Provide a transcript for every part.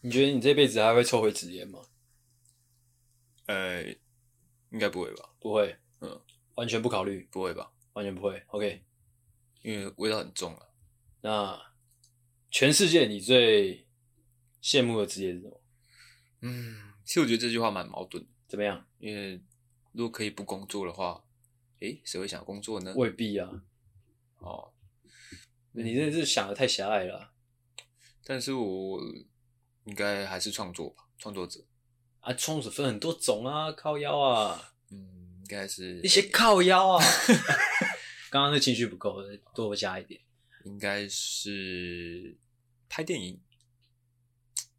你觉得你这辈子还会抽回纸烟吗？呃，应该不会吧？不会，嗯，完全不考虑，不会吧？完全不会。OK，因为味道很重啊。那全世界你最羡慕的职业是什么？嗯，其实我觉得这句话蛮矛盾的，怎么样？因为如果可以不工作的话，诶，谁会想工作呢？未必啊，哦，你真的是想的太狭隘了啊但是我应该还是创作吧，创作者。啊！冲水分很多种啊，靠腰啊，嗯，应该是一些靠腰 啊。刚刚那情绪不够，多加一点。应该是拍电影。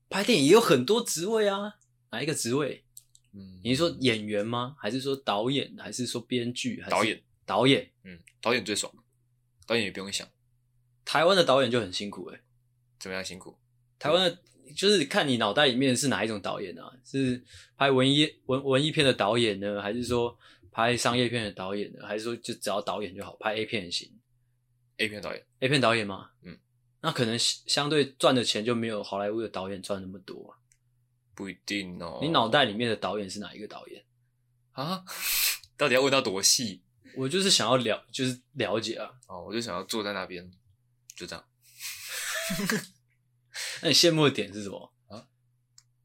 拍电影也有很多职位啊，哪一个职位？嗯，你是说演员吗？还是说导演？还是说编剧？还是导演？导演？嗯，导演最爽，导演也不用想台湾的导演就很辛苦欸诶、怎么样辛苦。台湾的就是看你脑袋里面是哪一种导演啊？是拍文艺文文艺片的导演呢，还是说拍商业片的导演呢？还是说就只要导演就好，拍 A 片也行 A 片导演， ？A 片导演嘛，嗯，那可能相相对赚的钱就没有好莱坞的导演赚那么多、啊。不一定哦。你脑袋里面的导演是哪一个导演？啊？ 到底要问到多细？我就是想要了，就是了解啊。哦，我就想要坐在那边，就这样。那你羡慕的点是什么啊？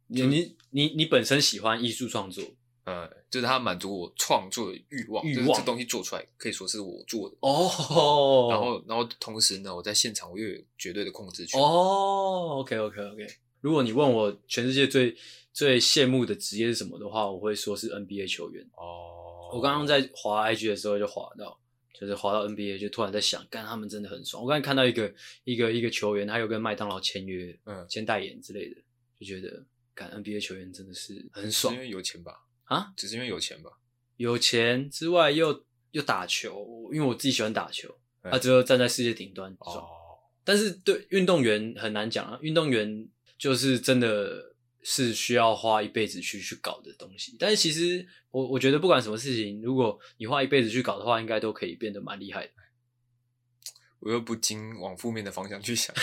你你你你本身喜欢艺术创作呃，就是他满足我创作的欲望，欲就是望这东西做出来可以说是我做的。哦然后，然后同时呢，我在现场我又有绝对的控制权。哦，OK OK OK。如果你问我全世界最最羡慕的职业是什么的话，我会说是 NBA 球员。哦我刚刚在滑 IG 的时候就滑到，就是滑到 NBA，就突然在想，干他们真的很爽。我刚才看到一个一个一个球员，他有跟麦当劳签约、嗯，签代言之类的，就觉得干 NBA 球员真的是很只是爽因为有钱吧？啊。只是因为有钱吧？有钱之外又又打球，因为我自己喜欢打球，嗯他只有站在世界顶端爽。哦，但是对运动员很难讲啊，运动员就是真的是需要花一辈子去去搞的东西。但是其实我我觉得不管什么事情，如果你花一辈子去搞的话，应该都可以变得蛮厉害的。我又不禁往负面的方向 去想。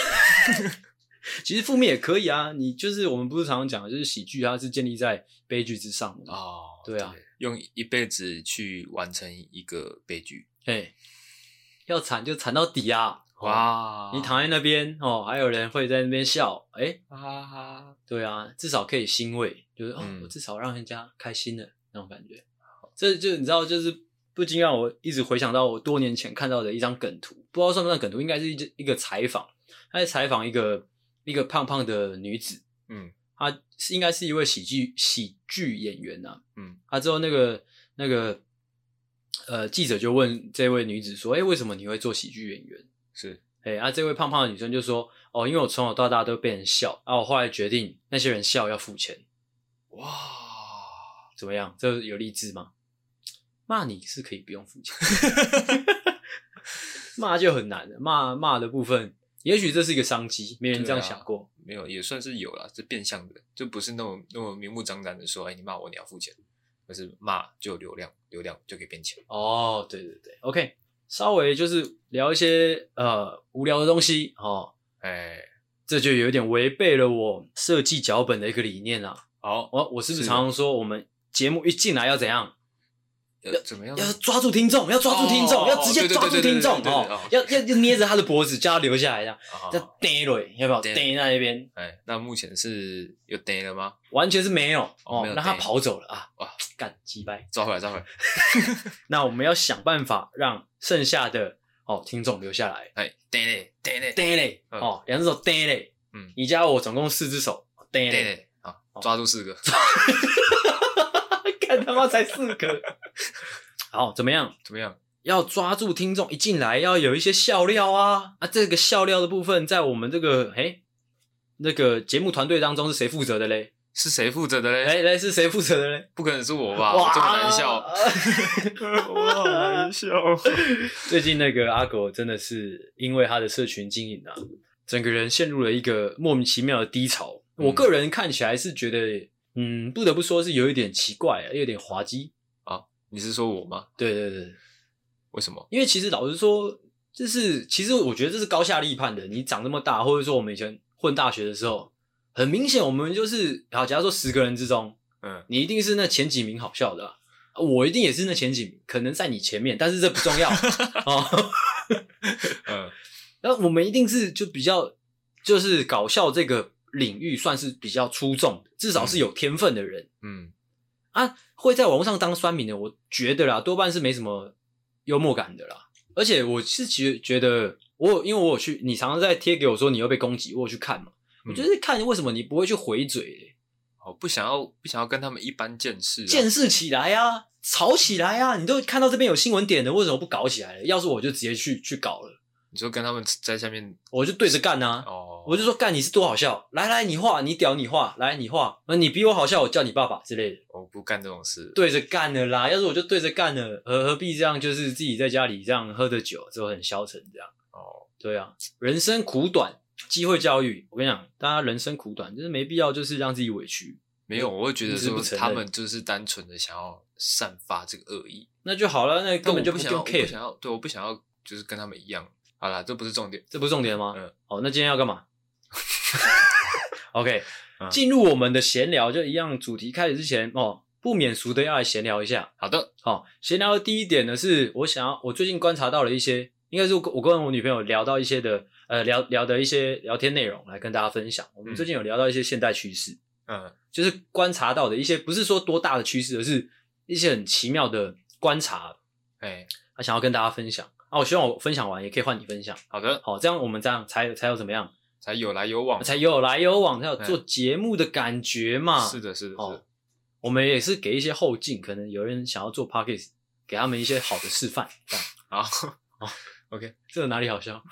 其实负面也可以啊，你就是我们不是常常讲的，就是喜剧啊它是建立在悲剧之上的。哦， 对啊，用一辈子去完成一个悲剧。哎，要惨就惨到底啊！哇，你躺在那边哦，还有人会在那边笑，哎、哈哈，对啊，至少可以欣慰，就是哦，嗯我至少让人家开心了那种感觉。这就你知道，就是不禁让我一直回想到我多年前看到的一张梗图，不知道算不算梗图，应该是一只一个采访，他在采访一个一个胖胖的女子，嗯她是应该是一位喜剧喜剧演员呐、啊，嗯，她之后那个那个呃记者就问这位女子说，哎，为什么你会做喜剧演员？是哎、啊，这位胖胖的女生就说：“哦，因为我从小到大都被人笑，啊，我后来决定那些人笑要付钱，哇，怎么样？这有励志吗？骂你是可以不用付钱， 骂就很难了。骂骂的部分，也许这是一个商机，没人这样想过。没有也算是有啦，这变相的，就不是那么那么明目张胆的说，哎，你骂我你要付钱，而是骂就有流量，流量就可以变钱。哦，对对对，OK，稍微就是聊一些呃无聊的东西哦，哎，这就有点违背了我设计脚本的一个理念啊。好，我、我是不是是常常说我们节目一进来要怎样？”呃怎么样呢？要抓住听众，要抓住听众，哦要直接抓住听众对对对对对对哦，对要 要要捏着他的脖子，叫他留下来，这样啊要逮落，要不要逮逮在那边？哎，那目前是有 day 了吗？完全是没有哦哦没，有让他逮跑走了啊！哇哇，干鸡掰！抓回来，抓回来。那我们要想办法让剩下的哦听众留下来，哎，day 嘞，day 嘞，逮嘞嗯哦，两只手逮嘞，嗯你加我总共四只手，逮 day 嘞，嘞，好，抓住四个。 干他妈才四个， 好怎么样？怎么样？要抓住听众一进来要有一些笑料啊啊！这个笑料的部分在我们这个诶那个节目团队当中是谁负责的嘞？是谁负责的嘞？来来是谁负责的嘞？不可能是我吧？我啊这么难 笑，我好难笑。 最近那个阿狗真的是因为他的社群经营啊，整个人陷入了一个莫名其妙的低潮。嗯我个人看起来是觉得，嗯，不得不说是有一点奇怪、啊，有点滑稽。你是说我吗？对对对，为什么？因为其实老实说，就是其实我觉得这是高下立判的。你长这么大，或者说我们以前混大学的时候，很明显，我们就是好，假如说十个人之中，嗯，你一定是那前几名好笑的啊、我一定也是那前几名，可能在你前面，但是这不重要哦。嗯，然后我们一定是就比较就是搞笑这个领域算是比较出众的，至少是有天分的人。嗯，啊，会在网络上当酸民的，我觉得啦，多半是没什么幽默感的啦。而且我是觉觉得，我有因为我有去，你常常在贴给我说你又被攻击，我有去看嘛。嗯我就是看为什么你不会去回嘴、嘞我不想要不想要跟他们一般见识、啊，见识起来啊，吵起来啊！你都看到这边有新闻点的，为什么不搞起来了？要是我就直接去去搞了，你说跟他们在下面我就对着干啊！哦，我就说干你是多好笑，来来你画，你屌你画，来你画，呃你比我好笑，我叫你爸爸之类的。我不干这种事，对着干了啦。要是我就对着干了，何何必这样？就是自己在家里这样喝着酒之后很消沉这样。哦，对啊，人生苦短，机会教育，我跟你讲，大家人生苦短，就是没必要就是让自己委屈，没有，我会觉得一直说不承认他们就是单纯的想要散发这个恶意，那就好了。那根本就但我不想要，用我不 care，想要，对，我不想要，就是跟他们一样。好啦，这不是重点，这不是重点吗？嗯，好，那今天要干 嘛？OK，嗯进入我们的闲聊，就一样主题开始之前哦，不免俗的要来闲聊一下。好的，好，闲聊的第一点呢，是我想要，我最近观察到了一些，应该是我跟我跟我女朋友聊到一些的，呃，聊聊的一些聊天内容来跟大家分享。我们嗯最近有聊到一些现代趋势，嗯就是观察到的一些，不是说多大的趋势，而是一些很奇妙的观察，哎，啊，想要跟大家分享。啊，我希望我分享完也可以换你分享。好的，好，这样我们这样才才有怎么样，才有来有往，才有来有往，才有嗯做节目的感觉嘛。是的，是的，是哦的，，我们也是给一些后劲，可能有人想要做 p o c k e t 给他们一些好的示范。这 样好，这哪里好笑？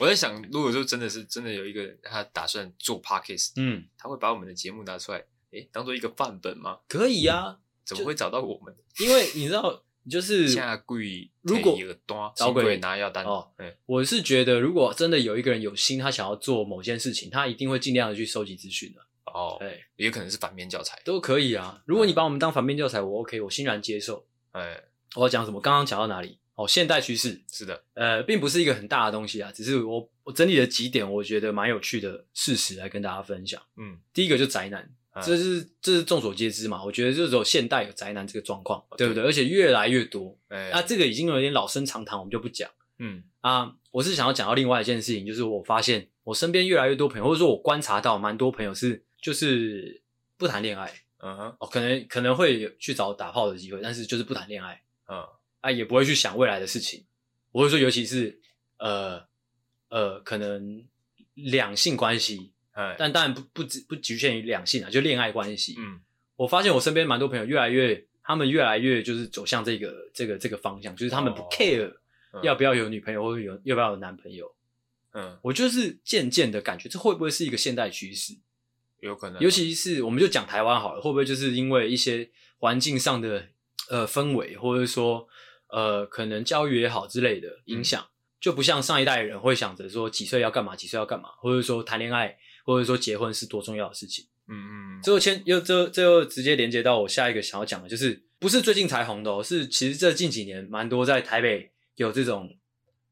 我在想，如果说真的是真的有一个人他打算做 podcast，嗯，他会把我们的节目拿出来，诶，当做一个范本吗？可以啊，怎么会找到我们？因为你知道，就是 下跪，如果有端，找鬼新贵拿药单哦，哎，我是觉得，如果真的有一个人有心，他想要做某件事情，他一定会尽量的去收集资讯的。哦，对，也可能是反面教材，都可以啊。如果你把我们当反面教材，我 OK，我欣然接受。哎，我要讲什么？刚刚讲到哪里？哦，现代趋势，是的，呃，并不是一个很大的东西啊，只是我我整理了几点，我觉得蛮有趣的事实来跟大家分享。嗯，第一个就宅男，嗯这是这是众所皆知嘛，我觉得就只有现代有宅男这个状况，对不对对？而且越来越多。哎，啊，这个已经有点老生常谈，我们就不讲。嗯啊，我是想要讲到另外一件事情，就是我发现我身边越来越多朋友，或者说我观察到蛮多朋友是就是不谈恋爱嗯哼哦，可能可能会有去找打炮的机会，但是就是不谈恋爱嗯，啊，也不会去想未来的事情。我会说，尤其是呃呃，可能两性关系，哎，但当然不不只不局限于两性啊，就恋爱关系。嗯我发现我身边蛮多朋友越来越，他们越来越就是走向这个这个这个方向，就是他们不哦 care 嗯要不要有女朋友或者有要不要有男朋友。嗯，我就是渐渐的感觉，这会不会是一个现代趋势？有可能哦，尤其是我们就讲台湾好了，会不会就是因为一些环境上的呃氛围，或者说呃可能教育也好之类的影响，就不像上一代人会想着说几岁要干嘛，几岁要干嘛，或者说谈恋爱，或者说结婚是多重要的事情。嗯，嗯嗯，这又牵又这这又直接连接到我下一个想要讲的，就是不是最近才红的哦，是其实这近几年蛮多在台北有这种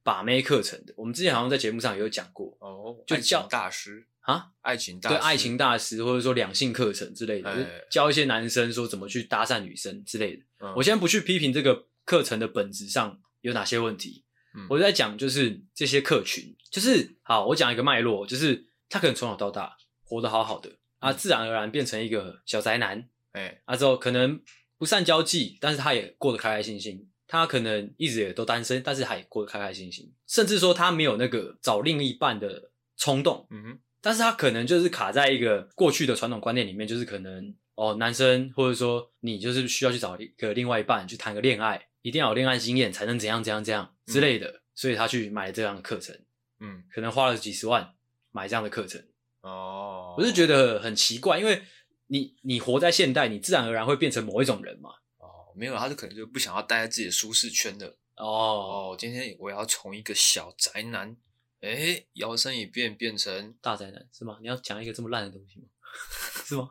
把妹课程的，我们之前好像在节目上也有讲过哦，就爱情叫大师啊。爱情大对师爱情，大师，或者说两性课程之类的，哎就是教一些男生说怎么去搭讪女生之类的。嗯我先不去批评这个课程的本质上有哪些问题，嗯我在讲就是这些客群，就是好，我讲一个脉络，就是他可能从小到大活得好好的嗯啊，自然而然变成一个小宅男哎，啊，之后可能不善交际，但是他也过得开开心心。他可能一直也都单身，但是他也过得开开心心，甚至说他没有那个找另一半的冲动，嗯哼，但是他可能就是卡在一个过去的传统观念里面，就是可能哦，男生或者说你就是需要去找一个另外一半去谈个恋爱，一定要有恋爱经验才能怎样怎样怎样之类的，所以他去买了这样的课程，嗯，可能花了几十万买这样的课程，哦，我是觉得很奇怪，因为你你活在现代，你自然而然会变成某一种人嘛。哦，没有，他是可能就不想要待在自己的舒适圈的。哦，哦，今天我要从一个小宅男，哎，摇身一变变成，大宅男是吗？你要讲一个这么烂的东西吗？ 是吗？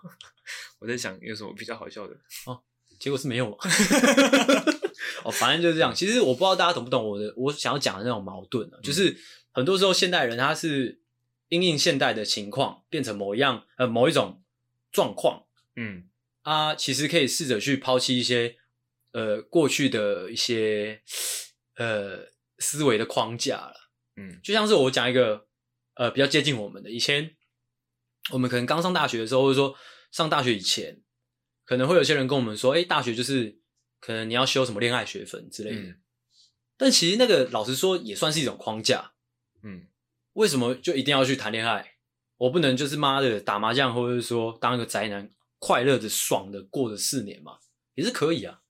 我在想有什么比较好笑的？结果是没有 嘛。哦，反正就是这样。其实我不知道大家懂不懂我的，我想要讲的那种矛盾啊，就是很多时候现代人他是因应现代的情况变成某一样呃某一种状况嗯，啊，其实可以试着去抛弃一些呃过去的一些呃思维的框架了。嗯就像是我讲一个呃比较接近我们的，以前我们可能刚上大学的时候，或者说上大学以前，可能会有些人跟我们说，哎、大学就是可能你要修什么恋爱学分之类的。嗯但其实那个老实说也算是一种框架，嗯为什么就一定要去谈恋爱？我不能就是妈的打麻将，或者是说当一个宅男，快乐的、爽的过了四年嘛，也是可以啊。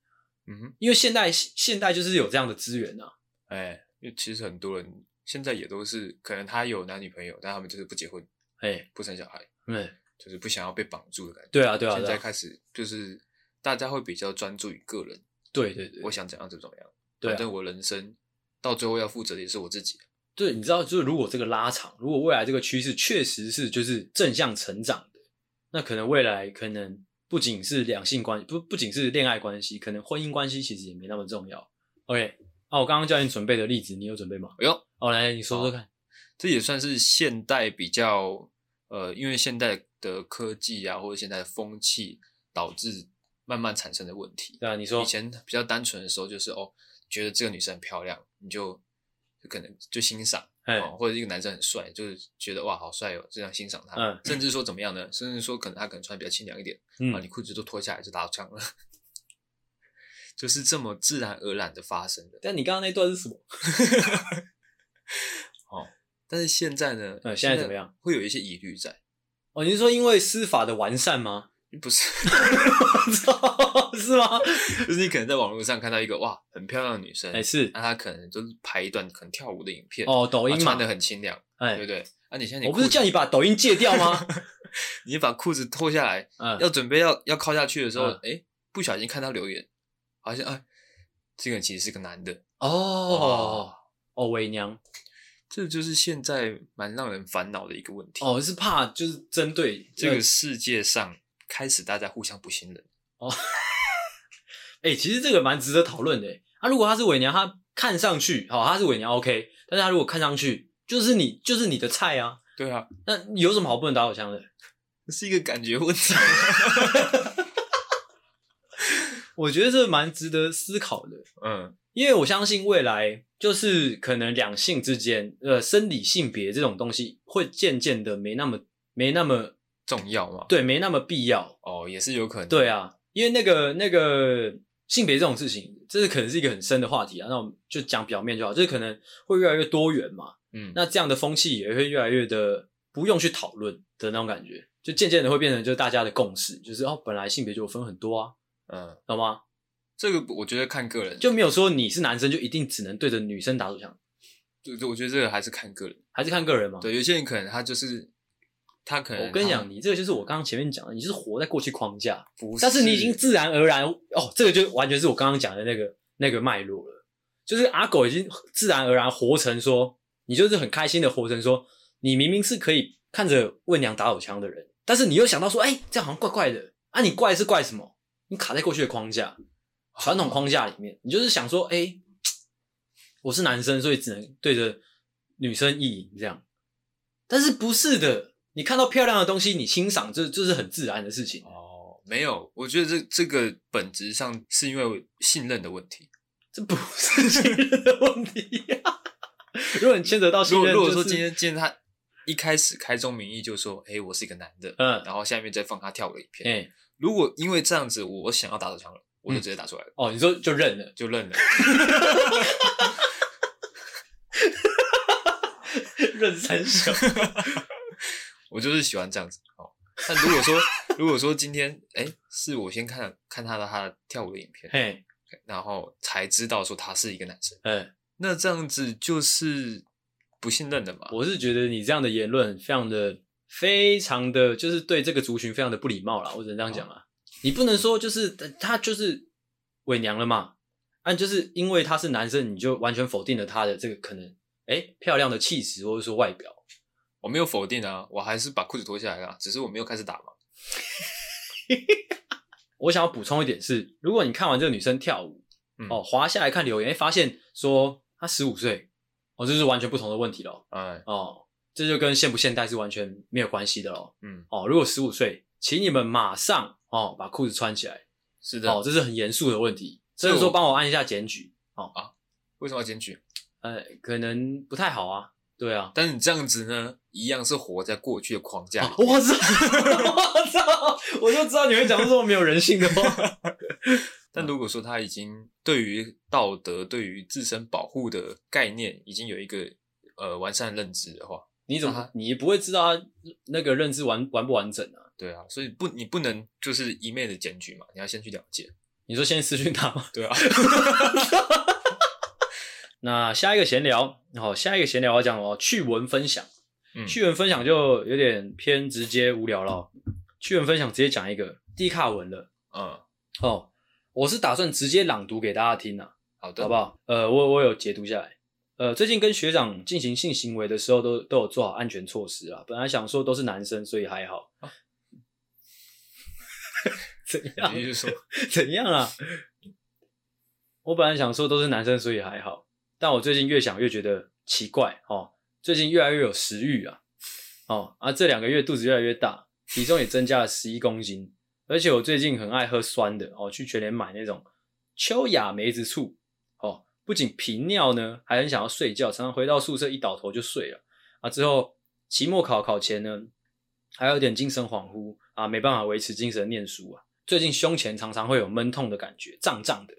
嗯哼，因为现代现代就是有这样的资源啊，哎，因为其实很多人现在也都是，可能他有男女朋友，但他们就是不结婚，哎、不生小孩，嗯，就是不想要被绑住的感觉。对啊，对啊，现对在啊，开始就是大家会比较专注于个人，对对对我，想怎样就怎么样。对啊反正我人生到最后要负责的也是我自己。对，你知道，就是如果这个拉长，如果未来这个趋势确实是就是正向成长的，那可能未来可能不仅是两性关不不仅是恋爱关系，可能婚姻关系其实也没那么重要。OK，啊，我刚刚叫你准备的例子，你有准备吗？哎呦，哦，来，你说说看。这也算是现代比较呃，因为现代的科技啊，或者现代的风气导致慢慢产生的问题。对啊，你说以，前比较单纯的时候，就是哦，觉得这个女生很漂亮，你就就可能就欣赏，哎，哦，或者一个男生很帅，就是觉得哇好帅哦，这样欣赏他。嗯甚至说怎么样呢？甚至说可能他可能穿比较清凉一点，啊，你嗯，裤子都脱下来就打枪了， 就是这么自然而然的发生的。但你刚刚那段是什么？但是现在呢？嗯现在怎么样？会有一些疑虑在，哦，你是说因为司法的完善吗？ 不是，我操，是吗？就是你可能在网络上看到一个哇很漂亮的女生，哎，是那她可能就是拍一段可能跳舞的影片，，哦，抖音嘛啊穿，的很清凉，对不哎，对？啊，你现在你我不是裤子叫你把抖音戒掉 吗？你把裤子脱下来，嗯，要准备要要靠下去的时候，嗯哎、不小心看到留言，好像哎，这个人其实是个男的，哦，哦，伪娘。这就是现在蛮让人烦恼的一个问题。，哦，是怕就是针对呃这个世界上开始大家互相不信任，哎、其实这个蛮值得讨论的欸。啊，如果他是伪娘，他看上去好、他是伪娘 OK，但是他如果看上去就是你就是你的菜啊，对啊，那有什么好不能打手枪的？这 是一个感觉 问题。我觉得这蛮值得思考的，嗯因为我相信未来就是可能两性之间，呃，生理性别这种东西会渐渐的没那么没那么重要嘛？对，没那么必要，哦，也是有可能。对，啊，因为那个那个性别这种事情，这是可能是一个很深的话题啊。那我们就讲表面就好，就是可能会越来越多元嘛。嗯，那这样的风气也会越来越的不用去讨论的那种感觉，就渐渐的会变成就是大家的共识，就是哦，本来性别就有分很多啊，嗯，懂吗？这个我觉得看个人，就没有说你是男生就一定只能对着女生打手枪，就我觉得这个还是看个人。还是看个人嘛。对，有些人可能他就是他可能我跟你讲，他你这个就是我刚刚前面讲的，你就是活在过去框架，不是，但是你已经自然而然哦，这个就完全是我刚刚讲的那个那个脉络了，就是阿狗已经自然而然活成说，你就是很开心的活成说，你明明是可以看着问娘打手枪的人，但是你又想到说，哎、这样好像怪怪的啊，你怪是怪什么？你卡在过去的框架、传统框架里面，你就是想说，哎、嘖我是男生，所以只能对着女生意淫这样，但是不是的，你看到漂亮的东西，你欣赏，这这是很自然的事情。哦，没有，我觉得这这个本质上是因为信任的问题。这不是信任的问题、啊。如果你牵扯到如信果任、就是，如果说今天今天他一开始开宗明义就说，哎、我是一个男的，嗯然后下面再放他跳舞的影片，哎、如果因为这样子我想要打手枪了，我就直接打出来了，哦，你说就认了，就认了。 认三小，我就是喜欢这样子哦。但如 果说如果说今天哎、诶是我先看看他的他跳舞的影片，嘿，然后才知道说他是一个男生，嗯，那这样子就是不信任的嘛？我是觉得你这样的言论非常的、非常的，就是对这个族群非常的不礼貌啦。我只能这样讲啊，你不能说就是呃他就是伪娘了嘛，啊，就是因为他是男生，你就完全否定了他的这个可能，哎、漂亮的气质或者说外表。我没有否定啊，我还是把裤子脱下来啊，只是我没有开始打嘛。我想要补充一点是，如果你看完这个女生跳舞，嗯哦，滑下来看留言，诶发现说她十五岁，哦，这是完全不同的问题了。哎，哦，这就跟现不现代是完全没有关系的咯。嗯，哦，如果十五岁，请你们马上哦把裤子穿起来。是的。哦，这是很严肃的问题，这甚至说我帮我按一下检举，为什么要检举？呃，可能不太好啊。对啊，但是你这样子呢，一样是活在过去的框架里。啊我操，我操，我就知道你会讲出这么没有人性的啊话。嗯但如果说他已经对于道德、对于自身保护的概念，已经有一个呃完善的认知的话，你怎么啊，你不会知道他那个认知完完不完整啊？对啊，所以不你不能就是一昧的检举嘛，你要先去了解。你说先私讯他吗？ 对啊，那下一个闲聊，好，下一个闲聊要讲哦，趣闻分享。嗯趣闻分享就有点偏直接无聊了哦。趣闻分享直接讲一个低卡文的嗯，哦，我是打算直接朗读给大家听啊，好的，好不好？呃，我我有截图下来。呃，最近跟学长进行性行为的时候都，都有做好安全措施啊。本来想说都是男生，所以还好。 怎样你？继续说， 怎样啊？我本来想说都是男生，所以还好，但我最近越想越觉得奇怪哦，最近越来越有食欲啊，哦啊，这两个月肚子越来越大，体重也增加了十一公斤，而且我最近很爱喝酸的哦，去全联买那种秋雅梅子醋哦，不仅频尿呢，还很想要睡觉，常常回到宿舍一倒头就睡了啊。之后期末考考前呢，还有点精神恍惚啊，没办法维持精神念书啊。最近胸前常常会有闷痛的感觉，胀胀的，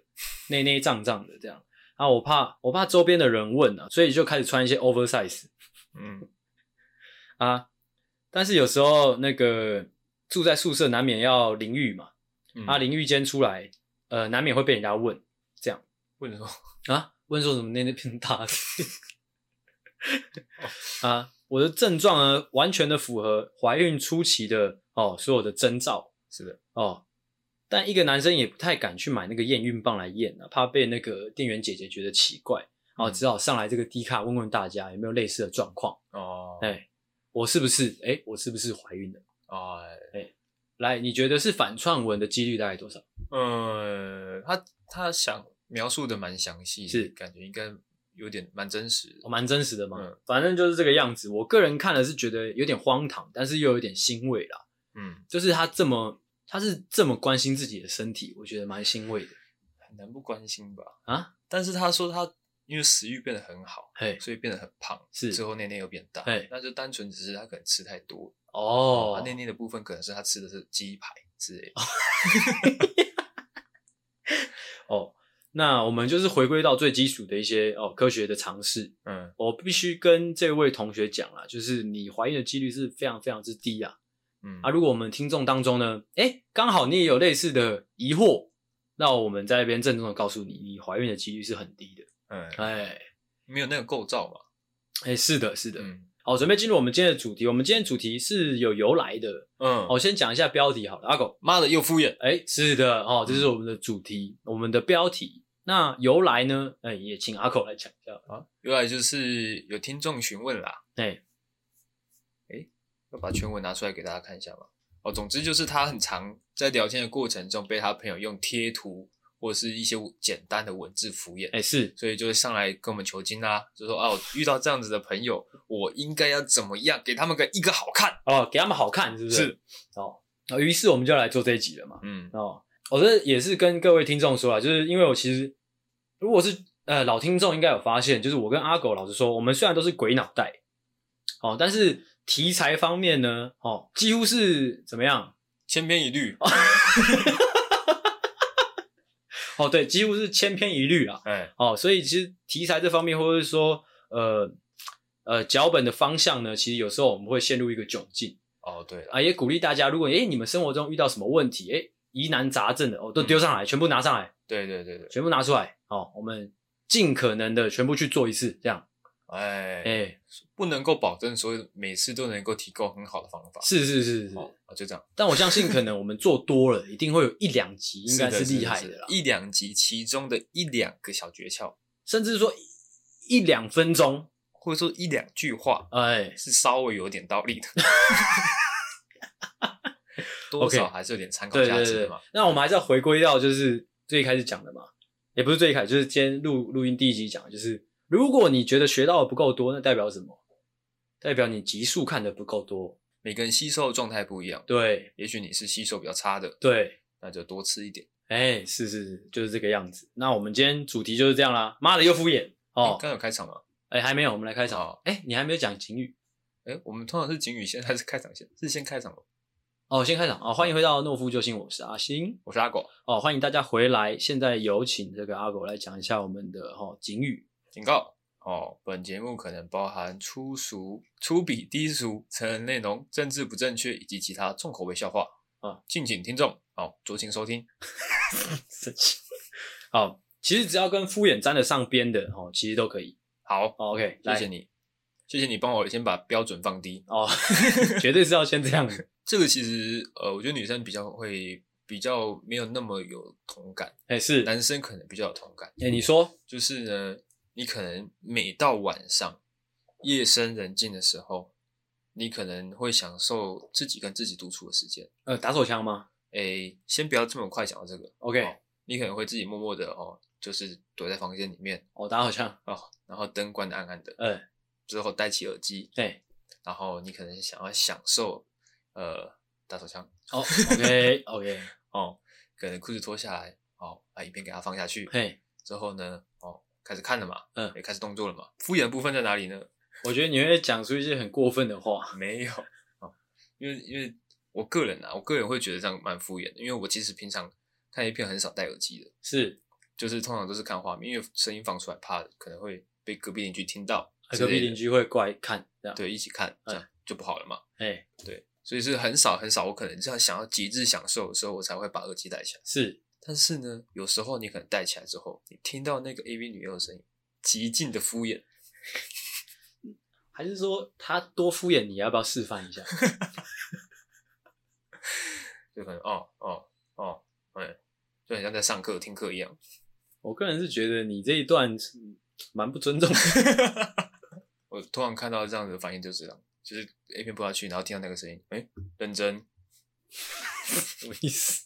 内内胀胀的这样。啊，我怕我怕周边的人问啊，所以就开始穿一些 oversize 嗯啊。但是有时候那个住在宿舍难免要淋浴嘛，嗯，啊，淋浴间出来，呃，难免会被人家问为什么？啊，问说什么内内变大了 啊。我的症状呢，完全的符合怀孕初期的哦所有的征兆。是的，哦，但一个男生也不太敢去买那个验孕棒来验啊，怕被那个店员姐姐觉得奇怪，哦，嗯只好上来这个低卡问问大家有没有类似的状况。哦哎、我是不是？哎、我是不是怀孕了？哦，来，你觉得是反串文的几率大概多少？呃，他他想描述的蛮详细，是感觉应该有点蛮真实的哦蛮、真实的嘛，嗯反正就是这个样子。我个人看了是觉得有点荒唐，但是又有点欣慰啦。嗯，就是他这么，他是这么关心自己的身体，我觉得蛮欣慰的很难不关心吧？啊。但是他说他因为食欲变得很好，嘿，所以变得很胖，是之后内内又变大嘿，那就单纯只是他可能吃太多哦他，内内的部分可能是他吃的是鸡排之类的，哦，那我们就是回归到最基础的一些哦科学的尝试。嗯，我必须跟这位同学讲啦，就是你怀孕的几率是非常非常之低啊。嗯啊，如果我们听众当中呢，哎、刚好你也有类似的疑惑，那我们在那边郑重的告诉你，你怀孕的几率是很低的。嗯，哎、没有那个构造嘛，哎、是的，是的。嗯好，准备进入我们今天的主题。我们今天的主题是有由来的。嗯，我先讲一下标题好了，阿狗。妈的又敷衍，哎，是的，哦，这是我们的主题，我们的标题。那由来呢？哎，也请阿狗来讲一下。原来就是有听众询问啦，哎，要把全文拿出来给大家看一下吧。哦，总之就是他很常在聊天的过程中被他朋友用贴图或是一些简单的文字敷衍，哎，是所以就会上来跟我们求经啦，就说啊，我遇到这样子的朋友，我应该要怎么样给他们个一个好看？哦，给他们好看，是不是？是哦，那于是我们就来做这一集了嘛。嗯哦，我、这也是跟各位听众说啊，就是因为我其实如果是呃老听众应该有发现，就是我跟阿狗老师说，我们虽然都是鬼脑袋，哦，但是题材方面呢，哦，几乎是怎么样？千篇一律，哦，对，几乎是千篇一律啊。哎，哦，所以其实题材这方面，或者是说呃呃脚本的方向呢，其实有时候我们会陷入一个窘境。哦对了，啊，也鼓励大家，如果诶、你们生活中遇到什么问题，诶、疑难杂症的哦，嗯都丢上来，全部拿上来，对对对对，全部拿出来，哦，我们尽可能的全部去做一次，这样，哎，诶、不能够保证说每次都能够提供很好的方法，是是是是，哦，啊就这样，但我相信可能我们做多了，一定会有一两集应该是厉害的的是啦，一两集其中的一两个小诀窍，甚至说一一两分钟，或者说一两句话，哎、是稍微有点道理 的，多 OK 少还是有点参考对价对值的对嘛。，那我们还是要回归到就是最一开始讲的嘛，也不是最一开始，就是今天录录音第一集讲的，就是如果你觉得学到的不够多，那代表什么？代表你集数看的不够多。每个人吸收的状态不一样，对也许你是吸收比较差的，对，那就多吃一点。哎，是是是，就是这个样子。那我们今天主题就是这样啦。妈的，又敷衍哦诶。刚有开场吗？哎，还没有，我们来开场哦。哎，你还没有讲警语哎、我们通常是警语先还 是开场先？是先开场吗？哦，先开场哦。欢迎回到懦夫救星，我是阿星我是阿狗，哦，欢迎大家回来。现在有请这个阿狗来讲一下我们的哦警语。警告哦，本节目可能包含粗俗、粗鄙、低俗、成人内容、政治不正确以及其他重口味笑话啊，敬请听众哦酌情收听。生 气。好，哦其实只要跟敷衍沾得上边的哦，其实都可以。好，哦、OK，谢来谢你，谢谢你帮我先把标准放低。哦， 绝对是要先这样子。这个其实呃，我觉得女生比较会比较没有那么有同感，哎、是，哎、男生可能比较有同感。你说，就是呢，你可能每到晚上夜深人静的时候，你可能会享受自己跟自己独处的时间。呃，打手枪吗诶，先不要这么快讲到这个， ？OK，哦你可能会自己默默的哦，就是躲在房间里面哦，打手枪，哦，然后灯关的暗暗的，嗯、之后戴起耳机，哎、然后你可能想要享受呃打手枪哦，OK，OK，、 哦，可能裤子脱下来哦，把影片给它放下去嘿，之后呢，哦开始看了嘛，嗯也开始动作了嘛。敷衍的部分在哪里呢？我觉得你会讲出一些很过分的话。 没有哦，因为因为我个人啊，我个人会觉得这样蛮敷衍的，因为我其实平常看 A 片很少戴耳机的，是，就是通常都是看画面，因为声音放出来怕可能会被隔壁邻居听到之类哎隔的，壁邻哎居会过来看，这样，，对一起看，这样就不好了嘛。哎、对，所以是很少很少，我可能这样想要极致享受的时候，我才会把耳机戴起来。是，但是呢，有时候你可能戴起来之后，你听到那个 AV 女优的声音，极尽的敷衍，还是说他多敷衍你？要不要示范一 下？就可能哦哦哦，嗯，就很像在上课听课一样。我个人是觉得你这一段是蛮不尊重的。我突然看到这样子的反应就知道，就是 A 片播下去，然后听到那个声音，哎、认真，什么意思？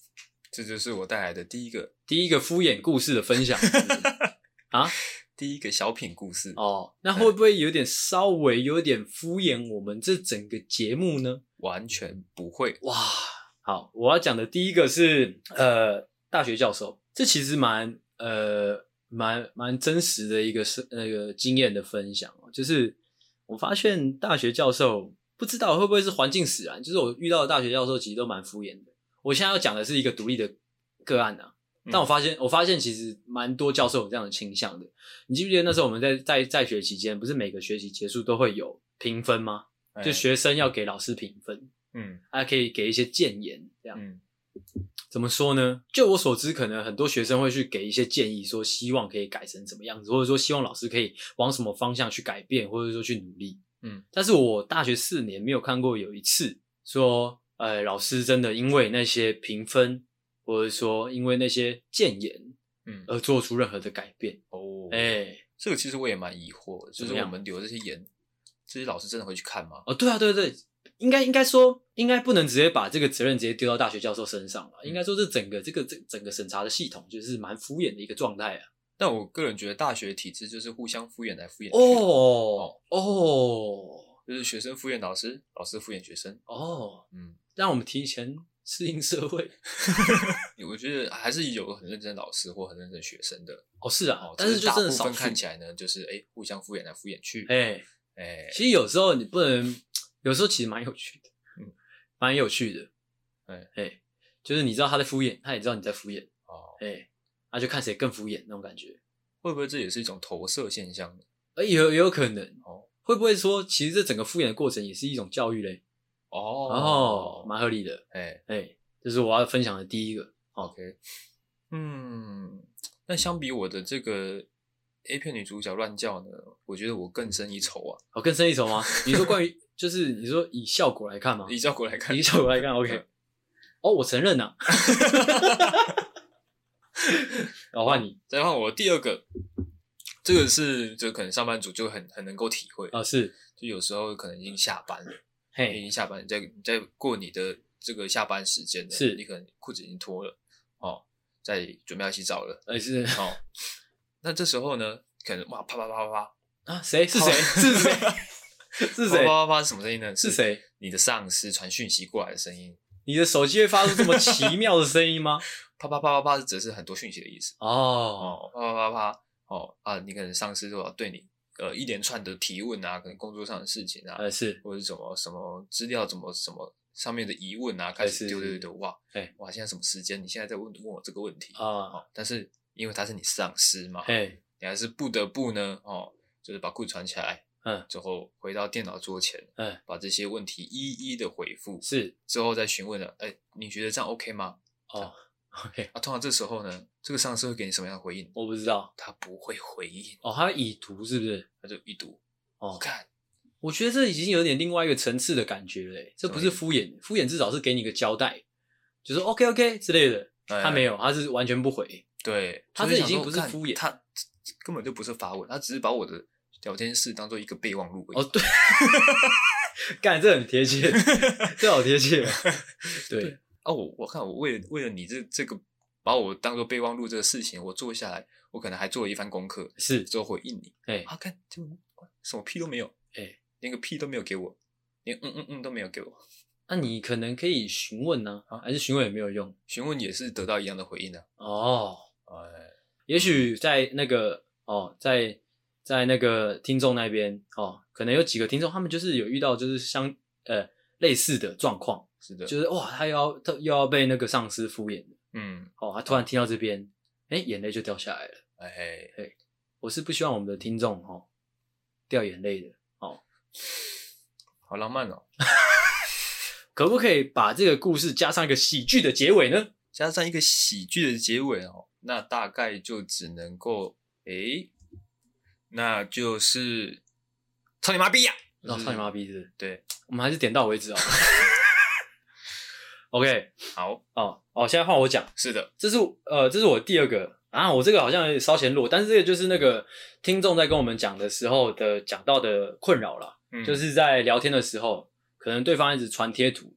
这就是我带来的第一个第一个敷衍故事的分享是啊不是第一个小品故事。哦，那会不会有点稍微有点敷衍我们这整个节目呢？完全不会，哇，好，我要讲的第一个是呃，大学教授，这其实蛮呃蛮蛮真实的一个是那个经验的分享哦，就是我发现大学教授不知道会不会是环境使然，就是我遇到的大学教授其实都蛮敷衍的。我现在要讲的是一个独立的个案啊，但嗯我发现，我发现其实蛮多教授有这样的倾向的。你记不记得那时候我们在在在学期间，不是每个学期结束都会有评分吗？哎就学生要给老师评分，嗯还可以给一些建言，这样、嗯怎么说呢？就我所知，可能很多学生会去给一些建议，说希望可以改成什么样子，或者说希望老师可以往什么方向去改变，或者说去努力。嗯，但是我大学四年没有看过有一次说，呃，老师真的因为那些评分，或者说因为那些建言，嗯而做出任何的改变。哦，呃哎、这个其实我也蛮疑惑的，就怎是么样我们留这些言，这些老师真的会去看吗？哦，对啊，对对，应该应该说，应该不能直接把这个责任直接丢到大学教授身上了。嗯应该说，这整个这个这整个审查的系统就是蛮敷衍的一个状态啊。但我个人觉得大学体制就是互相敷衍来敷衍去，哦哦就是学生敷衍老师，老师敷衍学生。哦，嗯，让我们提前适应社会。我觉得还是有很认真的老师或很认真的学生的，哦，是啊，哦，但是只就大真的部少分数看起来呢，就是哎、互相敷衍来敷衍去，哎、哎、其实有时候你不能，有时候其实蛮有趣的，嗯，蛮有趣的。哎哎、就是你知道他在敷衍，他也知道你在敷衍，哦，哎、那、就看谁更敷衍那种感觉。会不会这也是一种投射现象呢？呃，也有也有可能哦会不会说，其实这整个敷衍的过程也是一种教育嘞？哦，哦，蛮合理的。哎、哎、这是我要分享的第一个。哦， OK，嗯，那相比我的这个 A 片女主角乱叫呢，我觉得我更胜一筹啊。我更深一层吗？你说关于 就是你说以效果来看吗？以嗯效果来看，以效果来看，OK。哦，我承认呐、啊。我哦换你再换我第二个，这个是就可能上班族就很很能够体会，啊、哦，是就有时候可能已经下班了，已嘿经下班，你在你在过你的这个下班时间了，是你可能裤子已经脱了，哦，在准备要洗澡了，呃是哦， 那这时候呢，可能哇啪啪啪啪啪，啊谁是谁是谁？是啪谁？啪啪啪是什么声音呢？是？谁？你的上司传讯息过来的声音。你的手机会发出这么奇妙的声音吗？啪啪啪啪啪，只是很多讯息的意思。哦，哦，啪啪啪啪，哦啊，你可能上司都要对你呃一连串的提问啊，可能工作上的事情啊，呃，是或者是什么什么资料怎么什么上面的疑问啊，开哎始是丢是丢是丢，哇，哎哇，现在什么时间？你现在在问问我这个问题啊，哦，但是因为他是你上司嘛，哎，你还是不得不呢，哦，就是把裤子穿起来，嗯之后回到电脑桌前，嗯，把这些问题一一的回复，是之后再询问了，哎，你觉得这样 OK 吗？哦，OK，啊，通常这时候呢，这个上司会给你什么样的回应？我不知道。他不会回应，哦，他已读是不是？他就一读，我哦，看我觉得这已经有点另外一个层次的感觉了欸，这不是什么意思敷衍，敷衍至少是给你个交代，就是 OK OK 之类的。他没有，有，他是完全不回。对，他就这已想经说不是干敷衍他根本就不是发问，他只是把我的聊天室当做一个备忘录而已。哦，对， 干这很贴切，这好贴切哦。对，啊，我我看我为了为了你这这个把我当做备忘录这个事情，我做下来，我可能还做了一番功课，是，之后回应你哎啊，看就什么屁都没有，哎，连个屁都没有给我，连嗯嗯嗯都没有给我，那你可能可以询问呢，啊还是询问也没有用询问也是得到一样的回应的、哦。啊，也许在那个哦，在在那个听众那边哦，可能有几个听众，他们就是有遇到就是相呃类似的状况，是的，就是哇，他又要他又要被那个上司敷衍了嗯，哦，他突然听到这边，哎、眼泪就掉下来了。哎，我是不希望我们的听众哦掉眼泪的，好浪漫哦，可不可以把这个故事加上一个喜剧的结尾呢？加上一个喜剧的结尾哦，那大概就只能够哎，那就是操你妈逼呀、让就是哦操你妈逼是不是嗯对，我们还是点到为止啊。OK，好，哦哦，现在换我讲。是的，这是呃，这是我第二个啊，我这个好像有点稍显弱，但是这个就是那个听众在跟我们讲的时候的讲到的困扰啦，嗯，就是在聊天的时候，可能对方一直传贴图，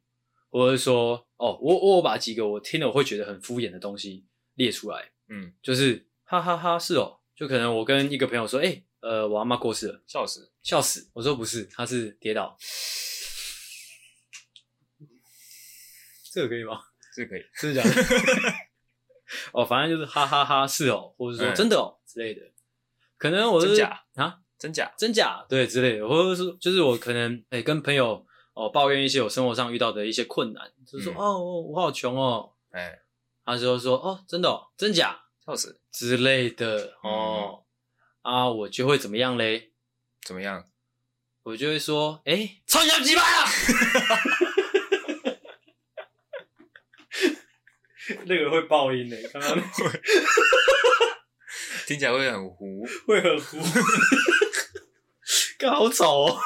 或者说哦，我我有把几个我听了我会觉得很敷衍的东西列出来，嗯，就是哈哈哈是哦，就可能我跟一个朋友说，哎、呃，我阿妈过世了，笑死，笑死，我说不是，她是跌倒，这个可以吗？这可以，真的假的？ 哦，反正就是哈哈哈是哦，或者说嗯真的哦之类的。可能我是真假啊，真假，真假对之类的，或者说就是我可能哎、跟朋友哦抱怨一些我生活上遇到的一些困难，就说、嗯哦我我好穷哦，哎，他就说哦真的哦真假笑死，之类的哦、啊我就会怎么样嘞？怎么样？我就会说哎、操你妈鸡巴啊！ 那个会爆音的，刚刚听起来会很糊，会很糊，干好吵 哦。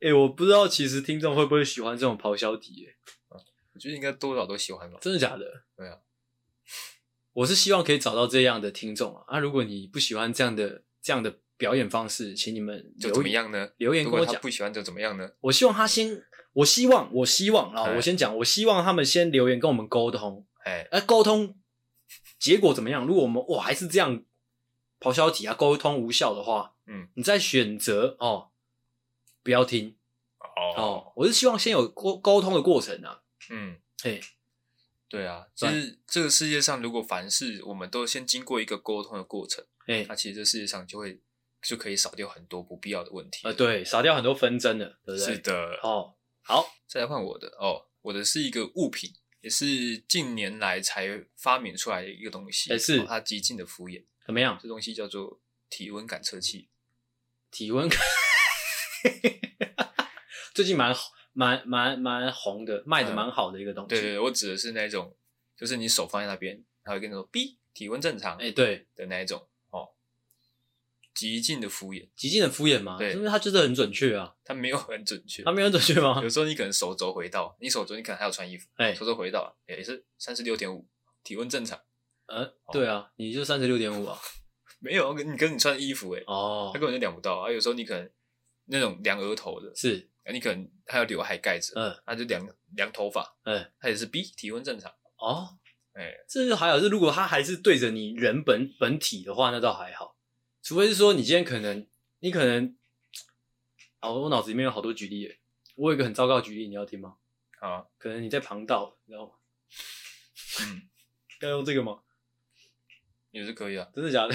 哎、我不知道，其实听众会不会喜欢这种咆哮体、欸？我觉得应该多少都喜欢吧。真的假的？对啊，我是希望可以找到这样的听众啊。啊，如果你不喜欢这样的这样的表演方式，请你们就留怎么样呢？留言如跟果我他讲。不喜欢就怎么样呢？我希望他先，我希望，我希望啊，哎我先讲，我希望他们先留言跟我们沟通，哎，哎、沟通结果怎么样？如果我们哇还是这样咆哮体啊，沟通无效的话，嗯，你再选择哦，不要听哦，哦。我是希望先有沟沟通的过程啊，嗯，嘿，对啊，其对实这个世界上，如果凡事我们都先经过一个沟通的过程，嘿那，其实这世界上就会就可以少掉很多不必要的问题。呃，对，少掉很多纷争了，对不对？是的。哦，好，再来换我的哦，我的是一个物品，也是近年来才发明出来的一个东西，哎是哦它极尽的敷衍。怎么样？这东西叫做体温感测器，体温， 最近蛮好蛮蛮蛮红的，卖的嗯蛮好的一个东西。对对，对，我指的是那种，就是你手放在那边，它会跟你说“哔”，体温正常哎、对，的那一种哦，极尽的敷衍，极尽的敷衍嘛，对因为他真的很准确啊，它没有很准确他。没有很准确吗有？时候你可能手肘回到，你手肘你可能还要穿衣服，哎、手肘回到也是三十六点五，体温正常，呃，哦对啊，你就三十六点五啊。没有跟你跟你穿衣服哎、哦它，根本就量不到啊。有时候你可能那种量额头的，是，你可能还有刘海盖着，嗯它就量量头发，嗯，它也是 B 体温正常，哦，哎、这就还好。是如果他还是对着你人本本体的话，那倒还好。除非是说你今天可能你可能，哦，我脑子里面有好多举例耶，我有一个很糟糕的举例，你要听吗？好啊，可能你在旁道，你知道吗？嗯，要用这个吗？也是可以啊，真的假 的？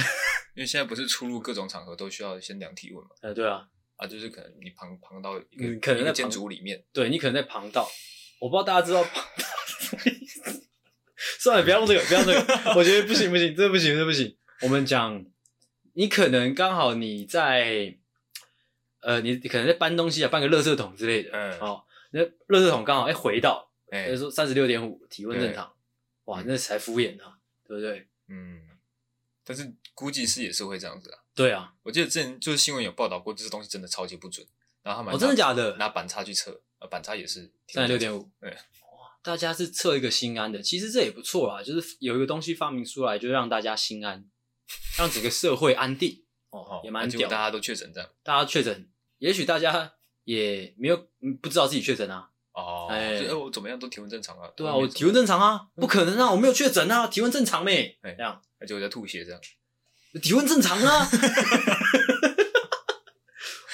因为现在不是出入各种场合都需要先量体温嘛，呃，对啊，啊，就是可能你旁旁到一个嗯可能在一个旁建筑里面，对你可能在旁道，我不知道大家知道旁道是什么意思。算了，不要用这个，不要用这个，我觉得不行不行，这不行这不行。我们讲，你可能刚好你在，呃，你你可能在搬东西啊，搬个垃圾桶之类的，嗯哦，那垃圾桶刚好哎、回到，哎、就是说三十六点五体温对正常，哇，那才敷衍啊，对不对？嗯，但是估计是也是会这样子啊。对啊，我记得之前就是新闻有报道过，这东西真的超级不准，然后他哦，们还真的拿假的？拿板擦去测，呃，板擦也是三十六点五，对哇，大家是测一个心安的，其实这也不错啦，就是有一个东西发明出来，就让大家心安，让整个社会安定，哦哦，，也蛮结果屌大的。家都确诊这样，大家确诊，也许大家也没有嗯不知道自己确诊啊，哦，哎就哎我怎么样都体温正常啊，对啊，没嗯我怎么体温正常啊，不可能啊，我没有确诊啊，体温正常咩？哎这样而且我在吐血这样，体温正常 啊，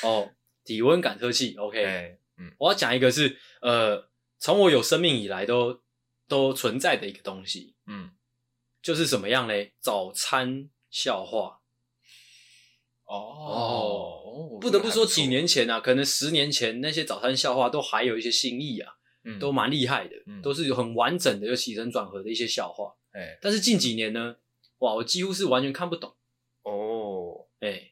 哦，体温感测器，OK，哎，嗯，我要讲一个是呃，从我有生命以来都都存在的一个东西，嗯，就是什么样嘞？早餐笑话，哦，哦哦不得不说，几，年前啊，可能十年前那些早餐笑话都还有一些新意啊，嗯，都蛮厉害的，嗯都是有很完整的，有起承转合的一些笑话。哎，但是近几年呢，哇，我几乎是完全看不懂。哦，哎、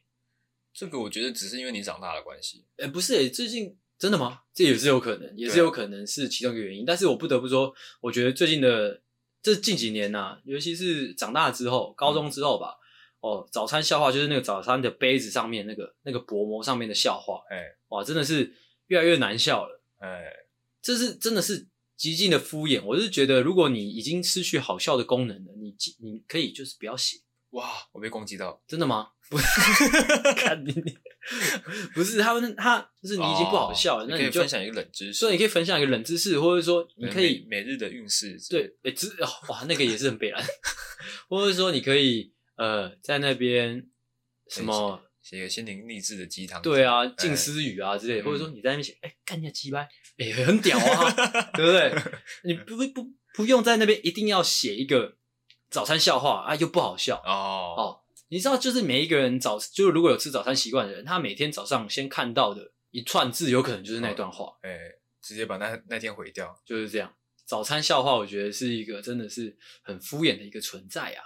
这个我觉得只是因为你长大的关系，哎、不是、欸，最近真的吗？这也是有可能，也是对啊有可能是其中一个原因。但是我不得不说，我觉得最近的这近几年呐、啊，尤其是长大之后，高嗯中之后吧，哦，早餐笑话就是那个早餐的杯子上面那个那个薄膜上面的笑话，哎哇，真的是越来越难笑了。哎，这是真的是极尽的敷衍。我是觉得，如果你已经失去好笑的功能了，你既你可以就是不要写，哇，我被攻击到，真的 吗？不，看你， 不是他们他就是你已经不好笑了，哦那可以就分享一个冷知识，呃所以你可以分享一个冷知识，或者说你可以每每日的运势，对，诶、知哦哇，那个也是很北然， 或者说你可以呃在那边什么写一个心灵励志的鸡汤，对，啊，近思语啊之类的，哎嗯或者说你在那边写，哎、干你个鸡掰，哎、很屌啊，对不对？你不不不不用在那边一定要写一个早餐笑话啊，又不好笑。哦，哦，你知道，就是每一个人早，就是如果有吃早餐习惯的人，他每天早上先看到的一串字，有可能就是那段话，哎、直接把那那天毁掉，就是这样。早餐笑话，我觉得是一个真的是很敷衍的一个存在啊。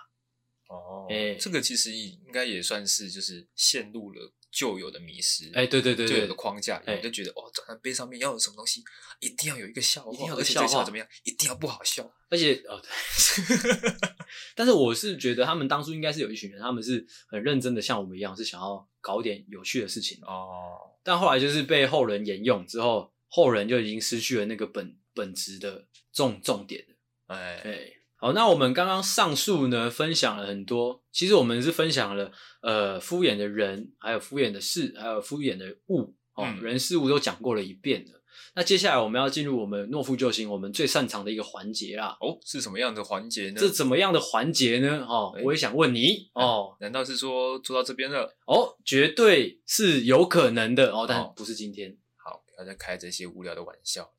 哦哎这个其实应该也算是就是陷入了旧有的迷失，哎、对对对旧有对的，框架，哎我就觉得哦，早餐杯上面要有什么东西，一定要有一个笑一定要话，有而个且笑这话笑话怎么样，一定要不好笑，而且哦，对 但是我是觉得他们当初应该是有一群人，他们是很认真的，像我们一样，是想要搞点有趣的事情。哦，但后来就是被后人沿用之后，后人就已经失去了那个本本质的重重点了。哎、对，好，那我们刚刚上述呢分享了很多，其实我们是分享了呃敷衍的人，还有敷衍的事，还有敷衍的物哦，嗯人事物都讲过了一遍了。那接下来我们要进入我们诺夫救星我们最擅长的一个环节啦。哦，是什么样的环节呢？这怎么样的环节呢？哦嗯哎，嗯我也想问你哦难道是说做到这边了？哦，绝对是有可能的哦，但哦不是今天，好，不要再开这些无聊的玩笑。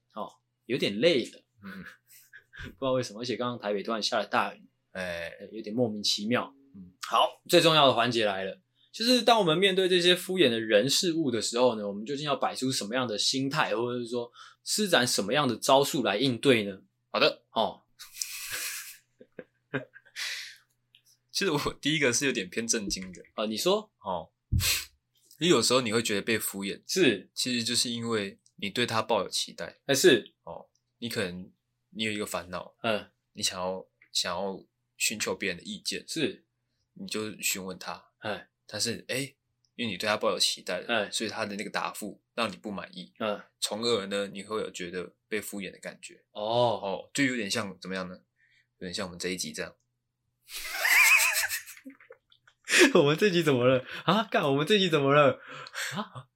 有点累了，嗯， 不知道为什么，而且刚刚台北突然下了大雨，哎、呃有点莫名其妙嗯。好，最重要的环节来了，就是当我们面对这些敷衍的人事物的时候呢，我们究竟要摆出什么样的心态，或者是说施展什么样的招数来应对呢？好的。哦，其实我第一个是有点偏震惊的呃，你说哦，因为有时候你会觉得被敷衍，是其实就是因为你对他抱有期待，还是你可能你有一个烦恼，嗯、你想要想要寻求别人的意见，是你就询问他，哎，但是哎、因为你对他抱有期待了，哎所以他的那个答复让你不满意，嗯、从而呢你会有觉得被敷衍的感觉，哦，哦，就有点像怎么样呢？有点像我们这一集这样， 我们这集怎么了啊？干，我们这集怎么了？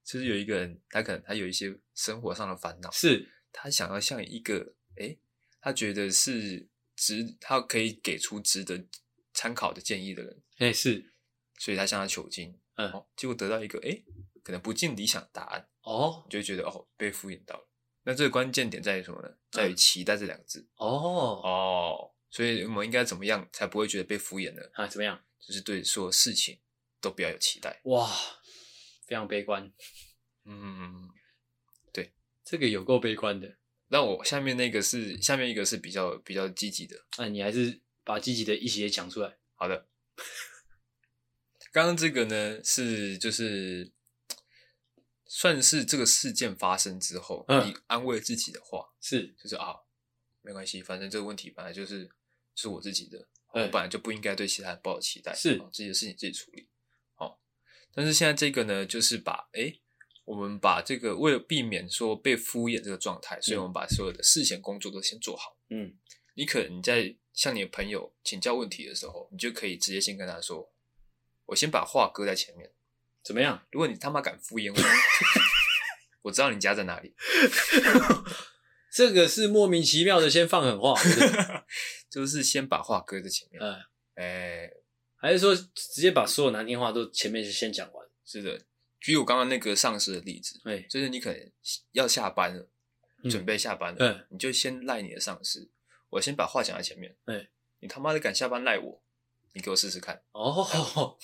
就是有一个人他可能他有一些生活上的烦恼，是他想要像一个，诶，他觉得是值，他可以给出值得参考的建议的人，哎、是所以他向他求经，嗯哦，结果得到一个哎、诶可能不尽理想的答案，哦你就会觉得哦被敷衍到了。那这个关键点在于什么呢？在于期待这两个字、哦嗯哦。所以我们应该怎么样才不会觉得被敷衍呢？啊，怎么样？就是对所有事情都不要有期待。哇，非常悲观，嗯，这个有够悲观的。那我下面那个是下面一个是比较比较积极的，那、你还是把积极的一起也讲出来。好 的，刚刚这个呢是就是算是这个事件发生之后，嗯你安慰自己的话，是，就是啊，没关系，反正这个问题本来就是是我自己的，嗯我本来就不应该对其他人抱有期待，是哦自己的事情自己处理。哦，但是现在这个呢，就是把诶、我们把这个为了避免说被敷衍这个状态，所以嗯我们把所有的事前工作都先做好。嗯，你可能在向你的朋友请教问题的时候，你就可以直接先跟他说：“我先把话搁在前面，怎么样？如果你他妈敢敷衍我， 我知道你家在哪里。这个是莫名其妙的先放 狠话，不是就是先把话搁在前面。嗯哎、还是说直接把所有难听话都前面就先讲完？哎是的，举我刚刚那个上司的例子，对，就是你可能要下班了，嗯准备下班了，嗯你就先赖你的上司，我先把话讲在前面。嗯你他妈的敢下班赖我，你给我试试看。哦，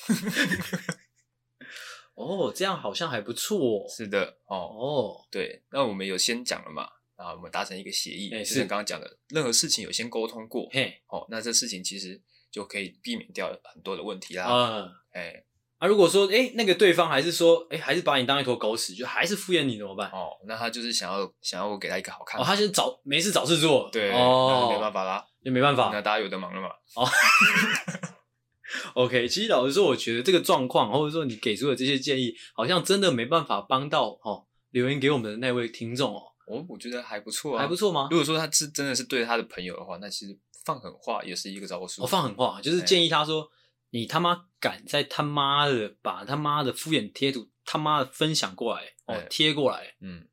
哦，这样好像还不错哦。是的，哦，哦，对，那我们有先讲了嘛，啊，我们达成一个协议，哎就是是刚刚讲的，任何事情有先沟通过，嘿，哦，那这事情其实就可以避免掉很多的问题啦，啊、哎、啊，如果说，哎、那个对方还是说，哎、还是把你当一坨狗屎，就还是敷衍你怎么办？哦，哦，那他就是想要想要我给他一个好看的，他先找没事找事做，对，那就没办哦，法啦，就没办那法。大家有的忙了嘛， OK，其实老实说，我觉得这个状况，或者说你给出的这些建议，好像真的没办法帮到哦，留言给我们的那位听众哦，我、我觉得还不错啊，还不。错吗如？果说他是真的是对他的朋友的话，那其实放狠话也是一个招数，哦我、放狠话，啊就是哎建议他说，你他妈敢再他妈的把他妈的敷衍贴图他妈的分享过来，哦哎，贴过来，嗯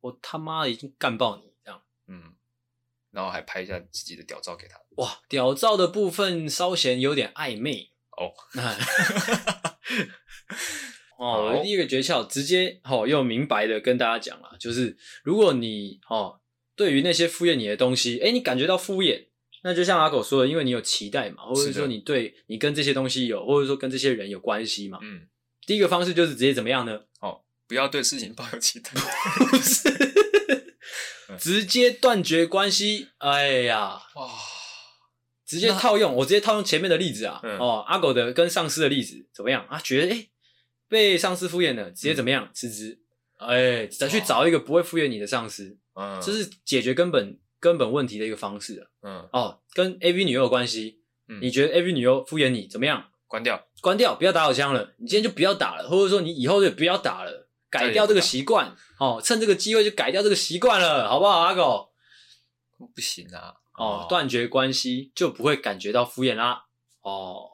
我他妈的已经干爆你这样。嗯，然后还拍一下自己的屌照给他，哇，屌照的部分稍显有点暧昧哦。 哦，我好的第一个诀窍，直接哦又明白的跟大家讲了，就是如果你哦对于那些敷衍你的东西，哎、你感觉到敷衍，那就像阿狗说的，因为你有期待嘛，或者是的说你对你跟这些东西有，或者说跟这些人有关系嘛。嗯，第一个方式就是直接怎么样呢？不要对事情抱有期待，不是，直接断绝关系。哎呀，哇，直接套用，我直接套用前面的例子啊，嗯哦，阿狗的跟上司的例子怎么样啊？觉得哎、诶被上司敷衍了，直接怎么样辞职？哎、再去嗯哇找一个不会敷衍你的上司，嗯，这是解决根本根本问题的一个方式啊、嗯，哦，跟 A V 女优有关系，嗯你觉得 A V 女优敷衍你怎么样？关掉。关掉，不要打手枪了，你今天就不要打了，或者说你以后就不要打了，改掉这个习惯哦，趁这个机会就改掉这个习惯了，好不好，阿狗？不行啊。哦，断绝关系就不会感觉到敷衍啦。哦，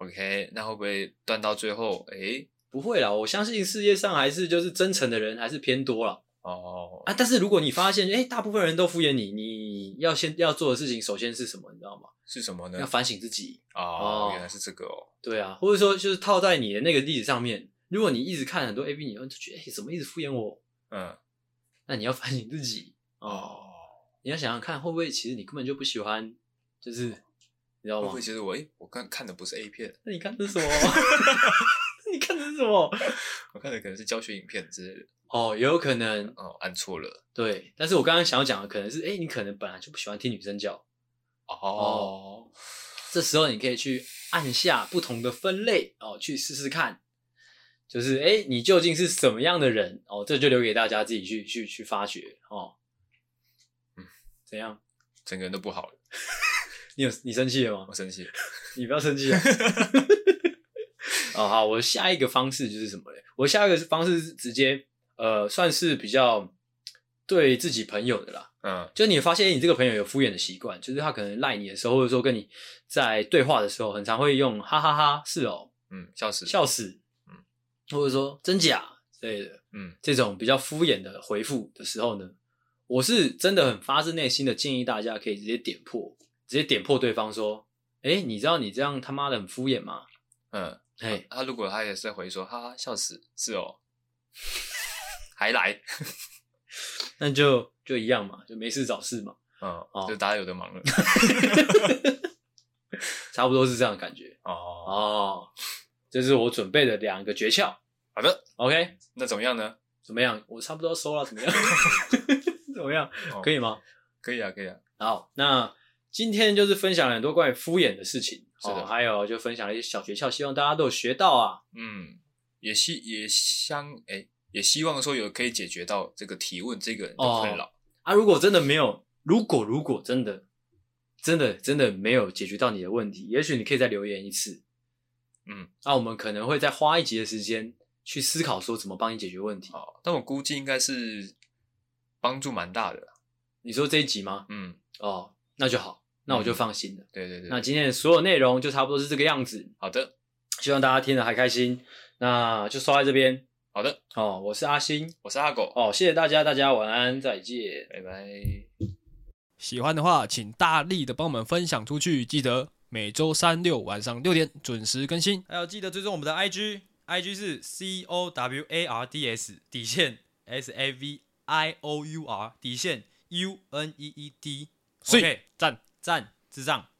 OK，那会不会断到最后？诶、不会啦，我相信世界上还是就是真诚的人还是偏多了哦，啊。但是如果你发现，哎、大部分人都敷衍你，你要先要做的事情，首先是什么，你知道吗？是什么呢要？反省自己。哦哦，原来是这个哦。对啊，或者说就是套在你的那个例子上面，如果你一直看很多 A V 女优，你就觉得哎、诶怎么一直敷衍我？嗯，那你要反省自己哦。哦，你要想想看，会不会其实你根本就不喜欢，就是你知道会不吗会？其实我诶、我看看的不是 A 片，那你看这是什么？ 你看这是什么？我看的可能是教学影片之类的。哦，也有可能哦，按错了。对，但是我刚刚想要讲的可能是，哎、你可能本来就不喜欢听女生叫。哦，这时候你可以去按下不同的分类哦，去试试看，就是哎，你究竟是什么样的人哦？这就留给大家自己去去去发掘哦。嗯，怎样？整个人都不好了，你有你生气了吗我？生气了。你不要生气啊！哦，好，我下一个方式就是什么嘞？我下一个方式是直接呃，算是比较对自己朋友的啦。嗯就你发现你这个朋友有敷衍的习惯，就是他可能赖你的时候，或者说跟你在对话的时候，很常会用哈哈哈是哦，嗯，笑死。笑死，嗯或者说真假之类的嗯这种比较敷衍的回复的时候呢，我是真的很发自内心的建议大家可以直接点破，直接点破对方说，哎、你知道你这样他妈的很敷衍吗？嗯，嘿，他如果他也是回说，哈哈，笑死，是哦， 还来，那就就一样嘛，就没事找事嘛，嗯哦，就大家有的忙了。差不多是这样的感觉哦，哦。这是我准备的两个诀窍好的， ，OK？那怎么样呢？怎么样？我差不多要收了，怎么样？ 怎么样？哦可以吗？可以啊，可以啊，好，那今天就是分享了很多关于敷衍的事情，是的哦，还有就分享了一些小诀窍，希望大家都有学到啊。嗯，也希也相哎、也希望说有可以解决到这个提问这个人的困扰。啊，如果真的没有，如果如果真的真的真的没有解决到你的问题，也许你可以再留言一次。啊嗯，那我们可能会再花一集的时间去思考说怎么帮你解决问题。哦，但我估计应该是帮助蛮大的。你说这一集吗？嗯，哦，那就好，那我就放心了。对对对，那今天的所有内容就差不多是这个样子，好的，希望大家听得还开心。那就刷在这边好的，哦，我是阿星。我是阿狗，哦，谢谢大家，大家晚安，再见。拜拜。喜欢的话，请大力的帮我们分享出去，记得每周三六晚上六点准时更新。还有记得追踪我们的 IG，IG 是 C O W A R D S 底线 S A V I O U R 底线 U N E E D。所以 OK，赞。赞，智障。